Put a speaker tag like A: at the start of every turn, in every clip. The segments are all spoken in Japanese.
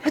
A: 人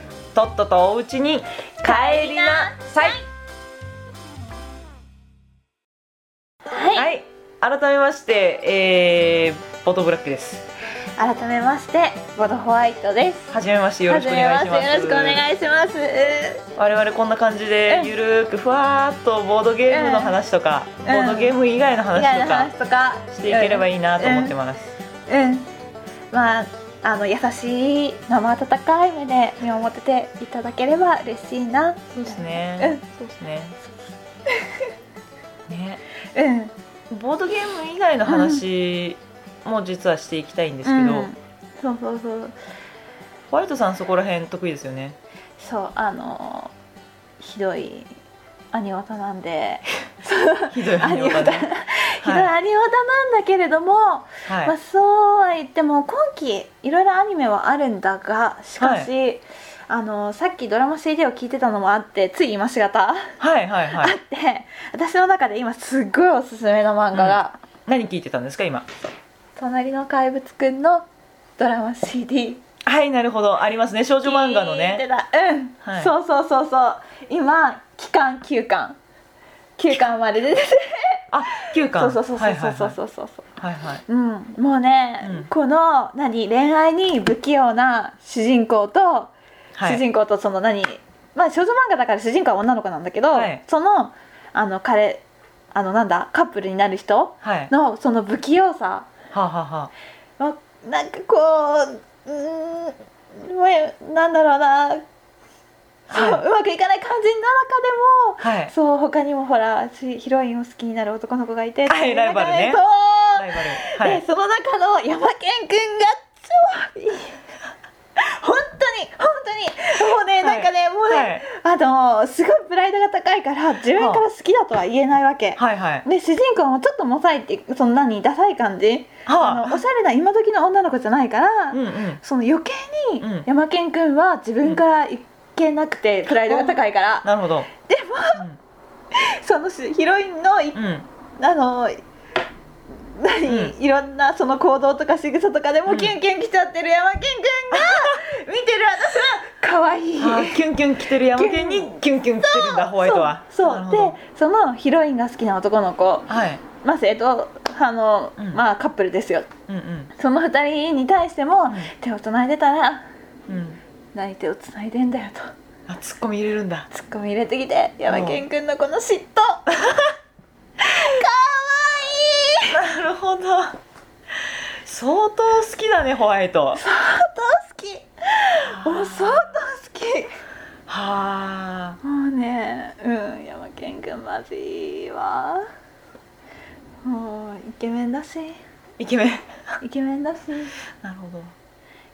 A: とっととおうちに帰りなさい
B: はい、
A: はい、改めまして、えー、ボトブラックです
B: 改めましてボドホワイトです
A: はじめましてよろしくお願いします
B: はじめましてよろしくお願いします
A: 我々こんな感じで
B: うん
A: ゆるーくふわーっとボードゲームの話とか、
B: ん
A: ボードゲーム以外の
B: 意外
A: 話と
B: な
A: か
B: 話とか
A: していければ
B: い
A: いいなと思ってます、
B: うん、うんまああの優しい生温かい目で見守ってていただければ嬉しいな
A: そうですね、そうですねね
B: うん
A: ボードゲーム以外の話も実はしていきたいんですけど、
B: うんそうそうそう
A: ホワイトさんそこら辺得意ですよね
B: そうあのひどい兄オタなんで
A: ひ どい話
B: 兄オタ、
A: ね
B: ひどい兄オタなんだけれども、
A: はい、
B: まあ、そうは言っても今期いろいろアニメはあるんだがしかし、あのさっきドラマ CD を聞いてたのもあってつい今しがた
A: はいはい はい
B: あって私の中で今すっごいおすすめの漫画が「
A: 何聞いてたんですか今
B: 隣の怪物くん」のドラマ CD
A: はいなるほどありますね少女漫画
B: 聞
A: の
B: いて
A: ね
B: たうん、
A: はい
B: そうそうそうそう今期間9巻9巻まで出てて
A: あ9
B: そ
A: 巻
B: うそうそうそうそうそうそうそう
A: はいはいはい、はいはい
B: うん、もうね、
A: うん
B: この何恋愛に不器用な主人公と、
A: はい
B: 主人公とその何まあ少女漫画だから主人公は女の子なんだけど、
A: はい
B: そのあの彼あのなんだカップルになる人
A: はい
B: のその不器用さ
A: はあ、はあはあ
B: はなんかこううーんもうなんだろうな、そう
A: はいう
B: まくいかない感じの中でも、
A: はい
B: そう他にもほらしヒロインを好きになる男の子がいて、
A: はいライバルね
B: そう
A: ライバルは
B: で
A: い
B: その中のヤマケンくんが超いい 本当に本当にもうね、
A: はい
B: なんかねもうね、
A: はい
B: あのすごいプライドが高いから自分から好きだとは言えないわけ、
A: はいはい
B: で主人公もちょっとモサいってそんなにダサい感じ、あ、
A: は
B: のおしゃれな今時の女の子じゃないから、
A: あ、うんうん
B: その余計に
A: うん
B: ヤマケンくんは自分からいけなくてプライドが高いから、
A: なるほど
B: でそのしヒロインのい
A: うん、うん
B: あの何、
A: うん
B: いろんなその行動とか仕草とかで
A: う
B: も
A: ん
B: キュンキュンきちゃってるヤマケンくんが 見てる私は可愛い
A: あーキュンキュン来てる山県にキュンキュン来てるんだホワイトは
B: そう
A: なる
B: そう
A: ほど
B: でそのヒロインが好きな男の子
A: はい
B: まあ生徒あの、
A: うん
B: まあカップルですよ
A: うんうん
B: その二人に対しても、手を繋いでたら
A: うん
B: 何手を繋いでんだよと
A: あツッコミ入れるんだ
B: ツッコミ入れてきてヤマケンくんのこの嫉妬可愛い
A: なるほど相当好きだねホワイトは
B: 相当好きもう相当好き
A: あ
B: もうねうんヤマケンくんマジいいわもうイケメンだし
A: イケメン
B: イケメンだしイ
A: なるほど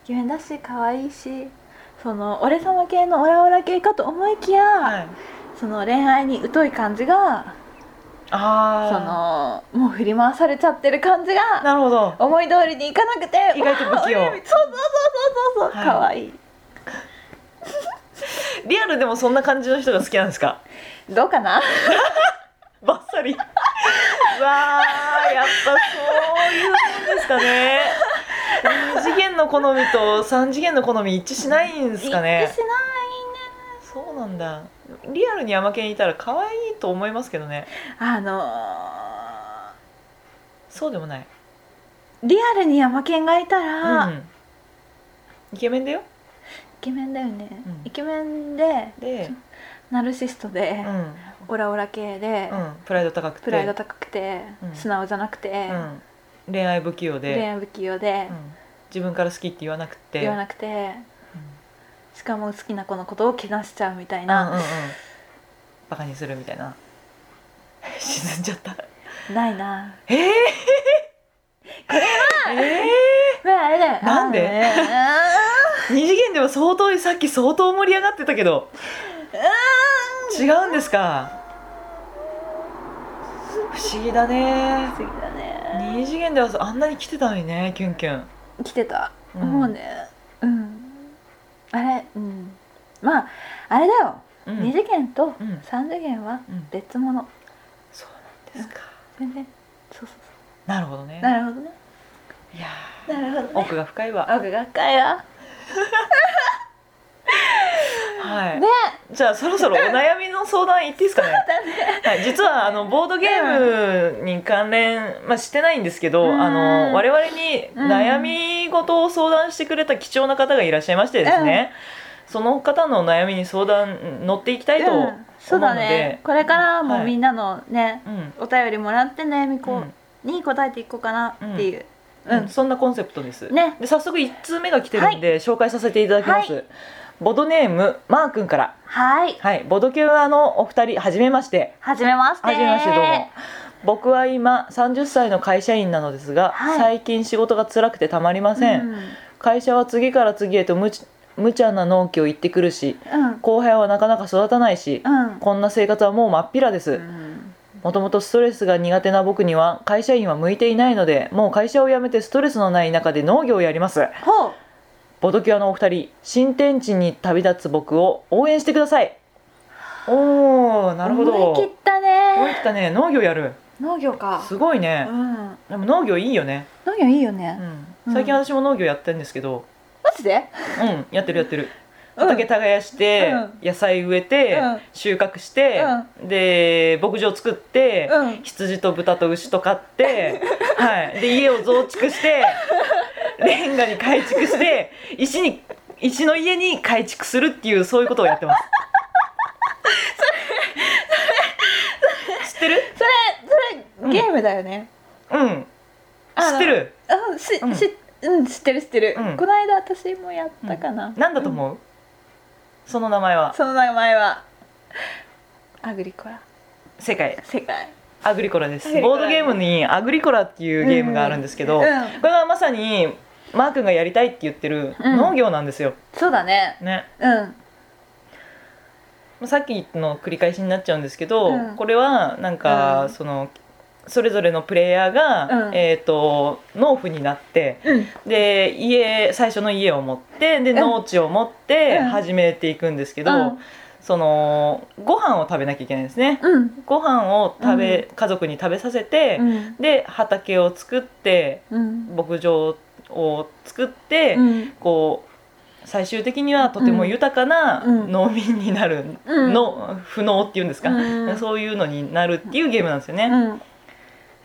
B: ケメンだし可愛いしその俺様系のオラオラ系かと思いきや、
A: はい
B: その恋愛に疎い感じがそ
A: あ
B: のもう振り回されちゃってる感じ
A: あ
B: が
A: なるほど
B: 思い通りにいかなくて
A: 意外と不器用
B: わあ俺そうそうそうそうそう
A: はい
B: 可愛い
A: リアルでもそんな感じの人が好きなんですか
B: どうかな
A: バッ サリわあやっぱそういうもんですかね二次元の好みと三次元の好み一致しないんですか
B: 一致
A: ね
B: しないね
A: そうなんだリアルにヤマケンいたら可愛いと思いますけどね
B: あの
A: そうでもない
B: ー、リアルにヤマケンがいたら、
A: うん、イケメンだよ
B: イケメンだよね、
A: うん
B: イケメンで
A: で、
B: ナルシストで
A: う、ん
B: オラオラ系で、
A: うん、プライド高くて
B: プライド高くて、
A: うん
B: 素直じゃなくて、
A: うん、恋愛不器用で
B: 恋愛不器用で、
A: うん、自分から好きって言わなくて
B: 言わなくてしかも好きな子のことをけなしちゃうみたい
A: うん、うんうん
B: な、
A: うんバカにするみたいな 沈んじゃった
B: ないな
A: えー、これはえ
B: これあれだよ
A: なんで
B: あのね
A: 二次元でも相当さっき相当盛り上がってたけど違うんですか不思議だね
B: 次だね
A: 二次元ではあんなに来てたのにねキュンキュン
B: 来てた、
A: うん
B: もうねうんあれうんまああれだよ、
A: う
B: 二
A: ん
B: 次元と
A: うん
B: 三次元は
A: うん
B: 別物、
A: そうなんですか
B: 全然そうそうそ
A: なるほど
B: う
A: ね
B: なるほどね
A: いや
B: なるほ
A: ー奥が深いわ
B: 奥が深いわ
A: はい
B: ね
A: じゃあそろそろお悩みの相談行っていいですかね。はい、実はあのボードゲームに関連、まあ、してないんですけど、
B: うん
A: あの我々に悩み事を相談してくれた貴重な方がいらっしゃいましてですね、その方のお悩みに相談乗っていきたいと思うの
B: う
A: で
B: ん、そうだねこれからもみん
A: な、
B: なのね、
A: うん
B: お便りもらって悩みこ
A: うん
B: に答えていこうかなっていう、
A: うんそんなコンセプトです、
B: ね
A: で早速1通目が来てるんで、紹介させていただきます、ボドネームマー君から
B: はい
A: はいボドキュアのお二人はじめまして
B: はじめまして
A: はじめましてどうも僕は今30歳の会社員なのですが、
B: はい
A: 最近仕事が辛くてたまりません、
B: うん
A: 会社は次から次へと無ち無茶な納期を言ってくるし
B: うん
A: 後輩はなかなか育たないし、
B: うん
A: こんな生活はもう真っ平で
B: う
A: す
B: ん
A: もともとストレスが苦手な僕には会社員は向いていないのでもう会社を辞めてストレスのない中で農業をやります
B: ほう
A: ボドキュアのお二人新天地に旅立つ僕を応援してくださいおーなるほど
B: 思い切った
A: 思い
B: ね
A: 切ったね農業やる
B: 農業か
A: すごいね、
B: うん
A: でも農業いいよね、
B: 農業いいよね、
A: うん、最近私も農業やってるんですけど
B: マジで
A: うん、やってるやってる
B: うん
A: 畑耕して、
B: う
A: 野菜植えて、
B: うん
A: 収穫して、で牧場作って、
B: うん
A: 羊と豚と牛と飼って、はい、で家を増築 してレンガに改築して石に石の家に改築するっていうそういうことをやってます知ってる
B: それそれゲームだよね、
A: うん
B: あ
A: 知
B: の
A: ってる
B: うん、し、
A: うん
B: しうん知ってる知ってる、
A: うん
B: この間私もやったかな、
A: なんだと思う、その名前は
B: その名前はアグリコラ
A: 世界
B: 世界
A: アグリコラです
B: アグリコ
A: ボ
B: ラ
A: ードゲームにアグリコラっていうゲームがあるんですけど、
B: うん
A: これがまさにマー君がやりたいって言ってる
B: うん
A: 農業なんですよ、
B: そうだね
A: ね
B: うん
A: まあさっきの繰り返しになっちゃうんですけど、
B: うん
A: これはなんか、
B: うん
A: そのそれぞれのプレイヤーが、
B: うん
A: えー、と農夫になって
B: うん
A: で家最初の家を持ってで
B: ん
A: 農地を持って
B: うん
A: 始めていくんですけど、
B: うん
A: そのご飯を食べなきゃいけないんですね。
B: うん
A: ご飯を食べ、家族に食べさせて、
B: うん
A: で畑を作って
B: うん
A: 牧場を作って、
B: うん
A: こう最終的にはとても豊かな
B: うん
A: 農民になる、
B: うん
A: の不能っていうんですか、
B: うん
A: そういうのになるっていうゲームなんですよ
B: う
A: ね、
B: ん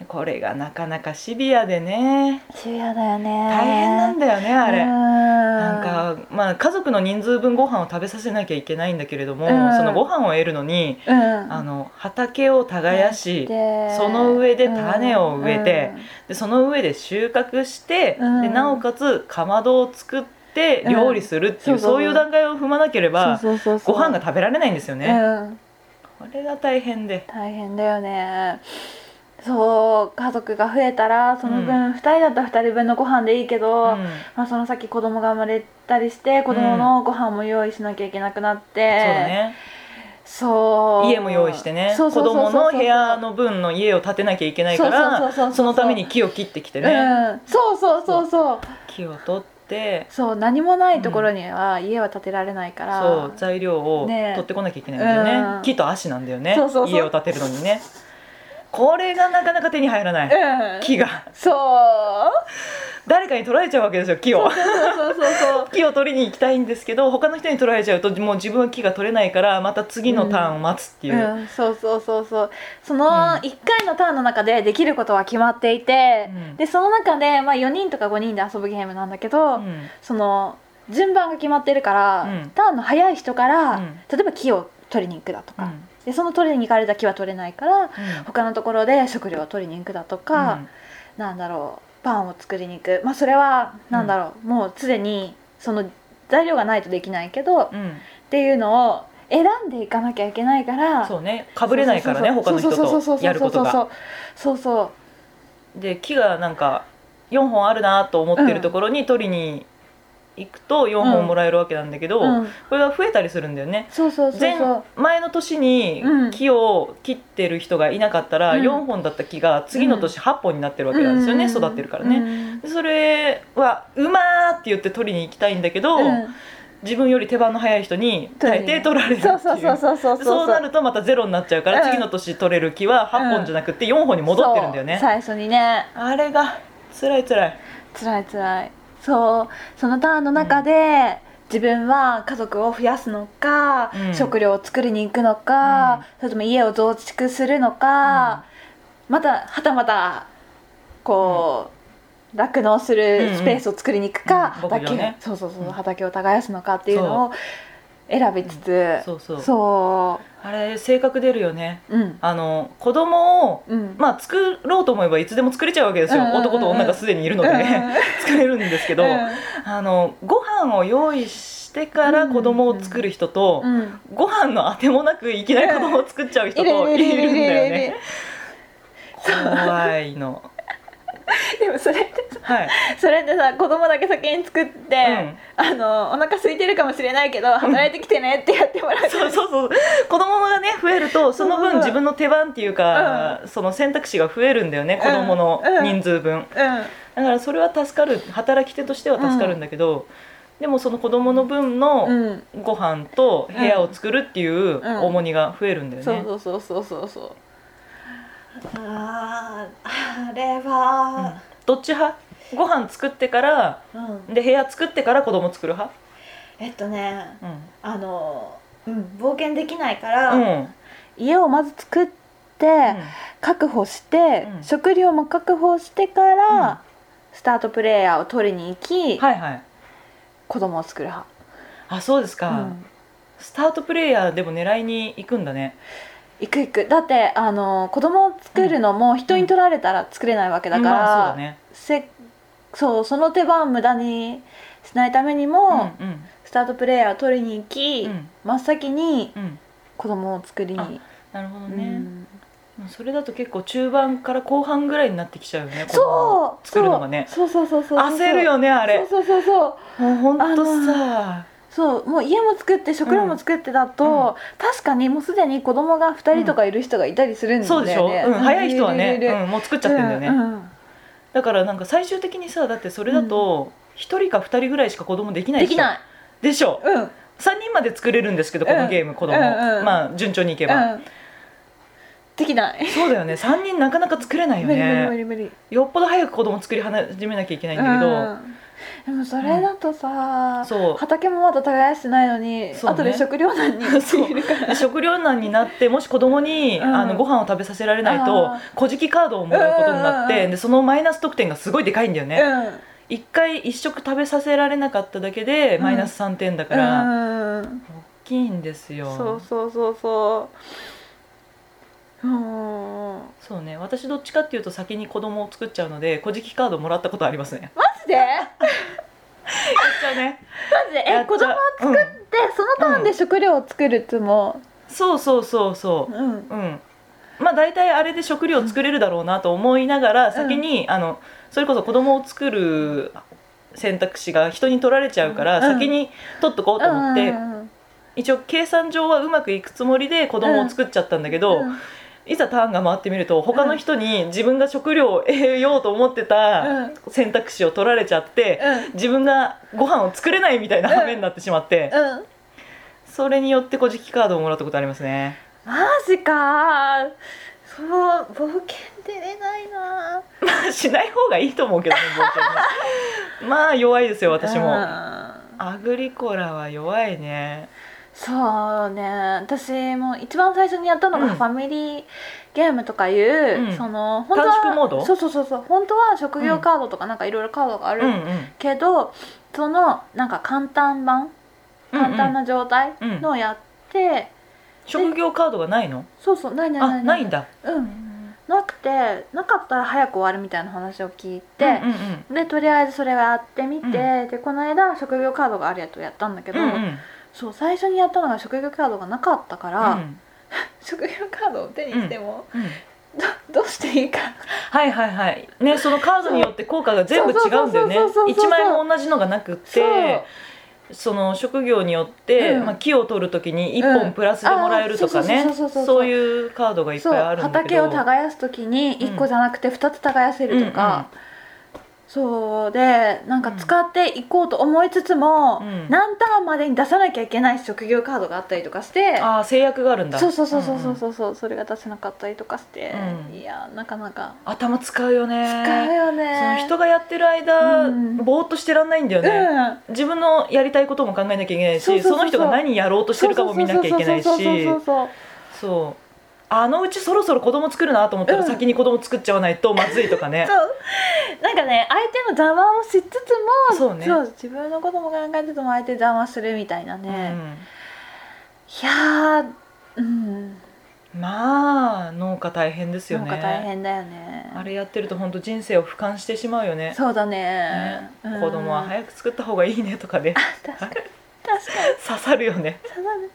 A: これがなかなかシビアでね
B: 渋谷だよね
A: 大変なんだよねあれ、な
B: な
A: んかまあ家族の人数分ご飯を食べさせなきゃいけないんだけれども、
B: うん
A: そのご飯を得るのに
B: うん
A: あの畑を耕し、
B: で
A: その上で種を植えてでその上で収穫して、
B: うん
A: でなおかつかまどを作って料理するっていう、
B: うん
A: そういう段階を踏まなければ
B: そうそうそうそう
A: ご飯が食べられないんですよね、
B: うん
A: これが大変で
B: 大変だよねそう家族が増えたらその分2人だったら2人分のご飯でいいけど、
A: うん
B: まあ、その先子供が生まれたりして子供のご飯も用意しなきゃいけなくなっ
A: そうだ
B: て、
A: ね
B: そう
A: 家も用意してね
B: そうそ
A: 子
B: うそうそう
A: 供の部屋の分の家を建てなきゃいけないか
B: そうそうそうそうそ
A: ら
B: う
A: そのために木を切ってきて
B: う
A: ね、
B: ん、そうそうそうそう
A: 木を取って
B: そう何もないところには家は建てられないから、
A: そう材料を
B: ね
A: 取ってこなきゃいけないんだよね
B: うん
A: 木と足なんだよね
B: そうそうそう
A: 家を建てるのにねこれがなかなか手に入らない、
B: うん
A: 木が
B: そう
A: 誰かに取られちゃうわけですよ木
B: そ
A: を
B: うそうそうそう
A: 木を取りに行きたいんですけど他の人に取られちゃうともう自分は木が取れないからまた次のターンを待つっていう、
B: うん、そうそうそうそうその1回のターンの中でできることは決まっていて、
A: うん
B: でその中で、まあ、4人とか5人で遊ぶゲームなんだけど、
A: うん
B: その順番が決まってるから、
A: うん
B: ターンの早い人から、
A: うん
B: 例えば木を取りに行くだと
A: う
B: か、
A: ん
B: でその取りに行かれた木は取れないから
A: うん
B: 他のところで食料を取りに行くだとか、なんだろうパンを作りに行く、まあ、それはなんだろう、もうすでにその材料がないとできないけど、っ
A: うんうん
B: ていうのを選んでいかなきゃいけないから
A: そうねかぶれないからね
B: そうそうそう
A: 他の人とやることが
B: そうそうそう
A: で木がなんか4本あるなと思ってるところに取りに行くと4本もらえるわけなんだけど、
B: うん、
A: これが増えたりするんだよね
B: そうそうそう
A: 前
B: そう
A: 前の年に
B: うん
A: 木を切ってる人がいなかったら
B: うん
A: 4本だった木が次の年8本になってるわけなんですよね、
B: うん
A: 育ってるからね、
B: うん
A: でそれは「うまー!」って言って取りに行きたいんだけど、
B: うん
A: 自分より手番の早い人に大抵取られるってい
B: そう
A: う
B: そうそうそうそう
A: そうなるとまたゼロになっちゃうから、
B: うん
A: 次の年取れる木は8本じゃなくて4本に戻ってるんだよね、
B: そう最初にね
A: あれが辛い辛い
B: 辛い辛いそうそのターンの中で、自分は家族を増やすのか、
A: うん
B: 食料を作りに行くのか、
A: うん
B: それとも家を増築するのか、またはたまたこう酪農、するスペースを作りに行くか、
A: うんうんうん牧
B: 畑
A: 場ね
B: そうそうそう、
A: うん
B: 畑を耕すのかっていうのを選びつつ、
A: そうそう
B: そ
A: あれ性格出るよね
B: ううん
A: あの子供を
B: うん
A: まあ作ろうと思えばいつでも作れちゃうわけですよ、
B: うんうんうんうん
A: 男と女がすでにいるので、 作れるんですけど、あのご飯を用意してから子供を作る人と、
B: うんうん
A: ご飯のあてもなくいきなり子供を作っちゃう人とい
B: いるいるいるい
A: るん
B: るいる
A: だよ
B: い
A: ね
B: る
A: 怖いの
B: でもそれって
A: はい、
B: それでさ子供だけ先に作って、
A: うん
B: あのお腹空いてるかもしれないけど働いてきてねってやってもらう
A: そうそうそう子供がね増えるとその
B: そう
A: 分
B: そう
A: 自分の手番っていうか、その選択肢が増えるんだよね子供の人数分、
B: うん
A: だからそれは助かる働き手としては助かるんだけど、でもその子供の分の
B: うん、
A: ご飯と部屋を作るっていう
B: うん
A: 重荷が増えるんだよね、
B: そうそうそうそうそうあーあれは、
A: どっち派ご飯作ってから
B: うん
A: で部屋作ってから子供作る派
B: えっとね
A: うん、
B: あの、うん、冒険できないから、
A: うんうん
B: 家をまず作って、確保して、
A: うん
B: 食料も確保してから、スタートプレイヤーを取りに行き、
A: はいはい
B: 子供を作る派、
A: あそうです
B: う
A: か、
B: ん
A: スタートプレイヤーでも狙いに行くんだね
B: 行く行くだってあの子供を作るのも人に取られたら作れないわけだから、
A: まあ、そうだね
B: せそうその手番を無駄にしないためにも、
A: うんうん
B: スタートプレイヤーを取りに行き、
A: うん
B: 真っ先に
A: うん
B: 子供を作りに、
A: なるほど
B: う
A: ね、
B: ん
A: それだと結構中盤から後半ぐらいになってきちゃうよね子供を
B: そう
A: 作るのがね
B: そうそうそうそうそう
A: 焦るよねあれ
B: そうそうそうそう
A: もうほんとさ
B: そうもう家も作って食料も作ってだと、確かにもうすでに子供が2人とかいる人がいたりするんだ
A: そ
B: よ
A: う
B: ね、
A: でしょ、うん、早い人はね
B: いるいるいる
A: うん、もう作っちゃってるんだよね、
B: うんうん
A: だからなんか最終的にさだってそれだと1人か2人ぐらいしか子供できない
B: で
A: しょ
B: きない、
A: でしょ
B: うんうん
A: 3人まで作れるんですけどこのゲーム、子供、
B: うんうん
A: まあ順調にいけば、
B: できない
A: そうだよね3人なかなか作れないよ
B: 無理無理無
A: ね
B: 理無理
A: よっぽど早く子供作り始めなきゃいけないんだけど、
B: うんでもそれだとさ、
A: そう
B: 畑もまだ耕してないのに、
A: そうね
B: 後で食料難に
A: そう
B: 陥るから
A: で食糧難になってもし子供に、
B: うん
A: あのご飯を食べさせられないと
B: あー
A: 「小食カード」をもらうことになって、
B: うんうんうん
A: でそのマイナス得点がすごいでかいんだよね、
B: うん
A: 一回一食食べさせられなかっただけで
B: うん
A: マイナス3点だから、大
B: うん
A: きいんですよ
B: そうそうそうそううんマ
A: そうね私どっちかっていうと先に子供を作っちゃうので小食カードもらったことあります ね
B: ジ でマ
A: やっちゃうね
B: ジで
A: や
B: え
A: っ
B: 子
A: ち
B: 供
A: ゃ
B: っ
A: ううん
B: てそのターンで食料を作るつも
A: そうそうそうそううんうんまあ大体あれで食料作れるだろうなと思いながら先に、あのそれこそ子供を作る選択肢が人に取られちゃうから、
B: うん
A: 先に取っとこうと思って、
B: うん
A: 一応計算上はうまくいくつもりで子供を作っちゃったんだけど、
B: うん
A: いざターンが回ってみると他の人に自分が食料を得ようと思ってた
B: うん
A: 選択肢を取られちゃって、自分がご飯を作れないみたいな
B: うん
A: 羽目になってしまって、
B: うんうん
A: それによって「小じカード」をもらったことありますね。
B: マジかそう冒険出れないな
A: まあしない方がいいと思うけどね冒険はまあ弱いですよ私
B: う
A: も
B: ん
A: アグリコラは弱いね
B: そうね私も一番最初にやったの
A: うん
B: がファミリーゲームとかいう、
A: うん
B: その本当
A: 短縮モード
B: はそうそうそうそう本当は職業カードとかなんかいろいろカードがあ
A: うんうん
B: るけど、そのなんか簡単版簡単
A: うんうん
B: な状態のをやって、
A: 職業カードがないの
B: そうそうないないな
A: あ
B: い
A: ないんだ
B: うんなくてなかったら早く終わるみたいな話を聞いて、
A: うんうん
B: でとりあえずそれをやってみて、
A: うん
B: でこの間職業カードがあるやつをやったんだけど、
A: うんうん
B: そう最初にやったのが職業カードがなかったから、
A: うん
B: 職業カードを手にしても、
A: うん
B: どうしていいか
A: はいはいはいねそのカードによって効果が全部違うんだよね
B: そうそうそうそうそうそう
A: 1枚も同じのがなくってその職業によって、
B: うん
A: まあ、木を取る時に1本プラスでもらえるとか
B: うん
A: ね
B: あーそうそうそうそうそう
A: そういうカードがいっ
B: そう
A: ぱいあるんだけ
B: 畑
A: ど
B: を耕す時に1個じゃなくて2つ耕せるとか、そうでなんか使っていこうと思いつつも、
A: うん
B: 何ターンまでに出さなきゃいけない職業カードがあったりとかして
A: ああ制約があるんだ
B: そうそうそうそ
A: んん
B: うそうそう、それが出せなかったりとかして、
A: うん
B: いやなかなか
A: 頭使うよね
B: 使うよね、
A: その人がやってる間、
B: うん
A: ぼーっとしてらんないんだよね、自分のやりたいことも考えなきゃいけないし
B: そうそうそうそう
A: の人が何やろう
B: う
A: と
B: ん
A: してるかも見なきゃいけないし
B: そうそうそうそう
A: そうあのうちそろそろ子供作るなと思ったら
B: うん
A: 先に子供作っちゃわないとまずいとかね
B: そうなんかね相手の邪魔をしつつも
A: そうね
B: 自分のことも考えてても相手邪魔するみたいなね、いやーうん
A: うんまあ農家大変ですよ
B: なん
A: ね
B: か大変だよね
A: あれやってると本当人生を俯瞰してしまうよね
B: そうだ
A: ね
B: ねうん
A: 子供は早く作った方がいいねとかね
B: 確かに確かに
A: 刺さるよね
B: そう だね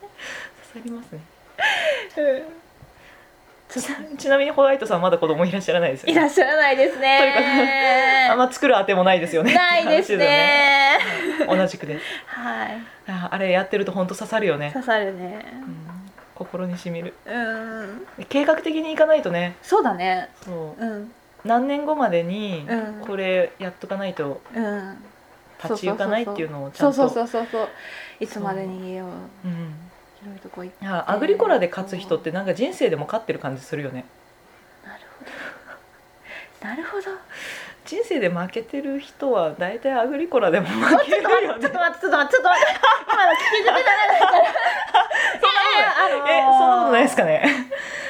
A: 刺さりますね
B: ちょっ
A: ちなみにホワイトさんまだ子供いらっしゃらないです
B: と
A: よ
B: い
A: ね
B: らっしゃらないです
A: ということ
B: ね
A: あんま作るあてもないですよね
B: ないです
A: って
B: ね
A: 話ですよね同じくです
B: はい
A: ああれやってると本当刺さるよね、
B: 刺さるね
A: うん心にしみる
B: うん
A: 計画的にいかないとね
B: そうだね
A: そう
B: うん
A: 何年後までに
B: うん
A: これやっとかないと
B: うん
A: 立ち行かないっていうのをちゃ
B: そ
A: ん
B: うそう
A: と
B: そうそうそういつまでに家を
A: うん
B: 広いとこ行って
A: いやアグリコラで勝つ人ってなんか人生でも勝ってる感じするよね
B: なるほどなるほど
A: 人生で負けてる人は大体アグリコラでも負け
B: ちょっ
A: るよね
B: と待ってちょっと待ってちょっと待って今の聞き捨てじゃないですからいやい
A: え
B: やあのー
A: そんなことないですかね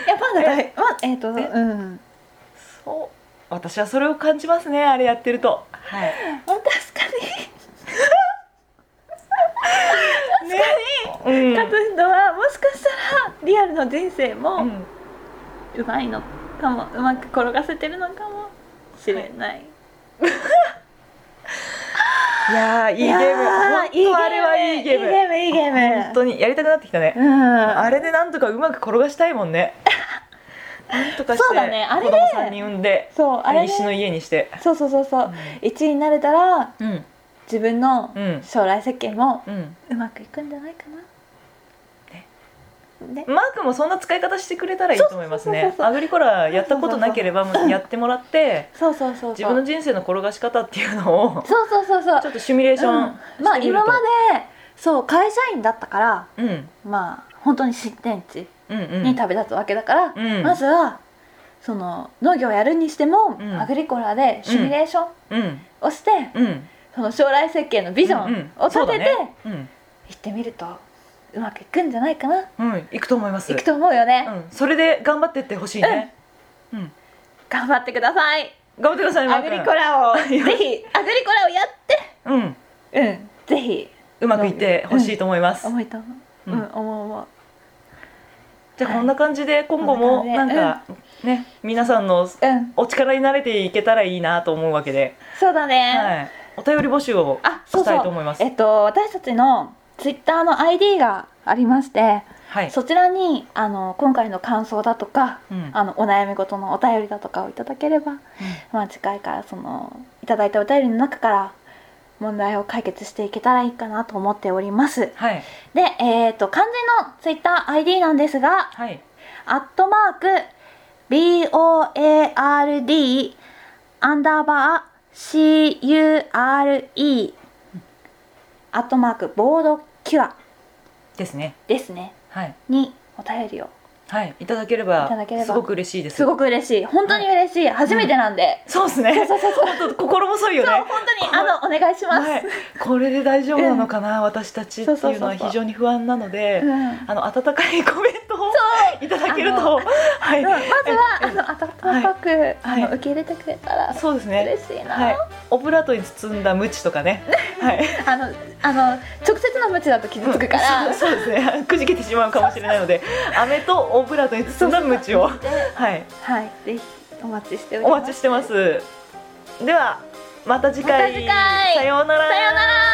B: いやパンダ大まえっ、と
A: え
B: うん
A: そう私はそれを感じますねあれやってるとはい
B: まあ確かに
A: ねうん
B: 勝つ人はもしかしたらリアルの人生
A: う
B: も
A: ん
B: うまいのかもうまく転がせてるのかもしれない、
A: いやーいいゲーム本
B: いや
A: 当あれはいいゲーム
B: いいゲームいいゲーム
A: 本当にやりたくなってきたね
B: うん
A: あれでなんとかうまく転がしたいもん ね。なんとかして
B: そうだねあれ
A: 子
B: で
A: 供さんに産んで
B: そうあれ、ね、
A: 西の家にして。
B: そうそうそうそう1位になれたら
A: うん
B: 自分の
A: うん
B: 将来設計も
A: うん。
B: うまくいくんじゃないかなね
A: マークもそんな使い方してくれたらいいと思います
B: そうそう
A: ね
B: そう。そう
A: アグリコラやったことなければやってもらって、
B: そうそうそう
A: 自
B: そ
A: 分の
B: う
A: 人生の転がし方っていうのをち
B: そうそうそうそう
A: ょっとシミュレーション
B: うんまあ
A: してみる
B: 今
A: と。
B: までそう会社員だったから
A: うんうん
B: まあ本当に新天地
A: うん
B: に旅立つわけだから、
A: うん
B: まずはその農業やるにしても、
A: うん
B: アグリコラでシミュレーション
A: うん
B: をして、
A: うん
B: その将来設計のビジョンを立てて行
A: うん
B: ってみるとうまくいくんじゃないかな
A: うん行くと思います。
B: いくと思うよね、
A: うんそれで頑張ってってほしいね。うん
B: 頑張ってください
A: 頑張ってくださいマ
B: ア
A: ー
B: グ
A: 君
B: リコラをぜひ
A: よ
B: アグリコラをやって
A: うん。
B: うんぜひ
A: うまくいってほしいと思います、
B: 思いと思う、
A: う
B: うんん、思う思う
A: じゃあこんな感じで今後も
B: こんな
A: な
B: ん感じで
A: かね皆さんの
B: うん
A: お力になれていけたらいいなと思うわけで、
B: そうだね、
A: はい、お便り募集を
B: あそう
A: した
B: そ
A: いと
B: う
A: 思います
B: えっと私たちのツイッターの ID がありまして
A: はい、
B: そちらにあの今回の感想だとか
A: うん
B: あのお悩み事のお便りだとかをいただければ、まあ、次回からそのいただいたお便りの中から問題を解決していけたらいいかなと思っております
A: はい
B: で、えっと肝心のツイッター ID なんですが
A: はい
B: アットマーク BOARD アンダーバー CURE アットマークボードキュア
A: ですね
B: ですね
A: はい
B: にお便りを
A: はいいただけれ
B: い
A: ば
B: ただければ
A: すごく嬉しいです
B: すごく嬉しい本当に嬉しい、初めてなんで、
A: そうですね
B: そうそうそうそう
A: 本当心細いよね
B: 本当にあのお願いします、
A: はい、これで大丈夫なのかな、私たちって
B: そう
A: い
B: そうう
A: の
B: そ
A: は
B: うそう
A: 非常に不安なので、
B: うん
A: あの温かいコメントをいただける
B: あの
A: と、はい、
B: まずはあの温かく、
A: はい
B: あの受け入れてくれたら
A: そうですね
B: 嬉しいな、
A: はい、オブラートに包んだムチとかね。はい。
B: あのあの直接の無知だと傷つくから、
A: うん そうそうですね。くじけてしまうかもしれないので、飴とオブラートに包んだムチを。はい、
B: はいぜひお待ちしており
A: お
B: ます
A: 待ちしてます。では、また次回。
B: また次回
A: さようなら。
B: さようなら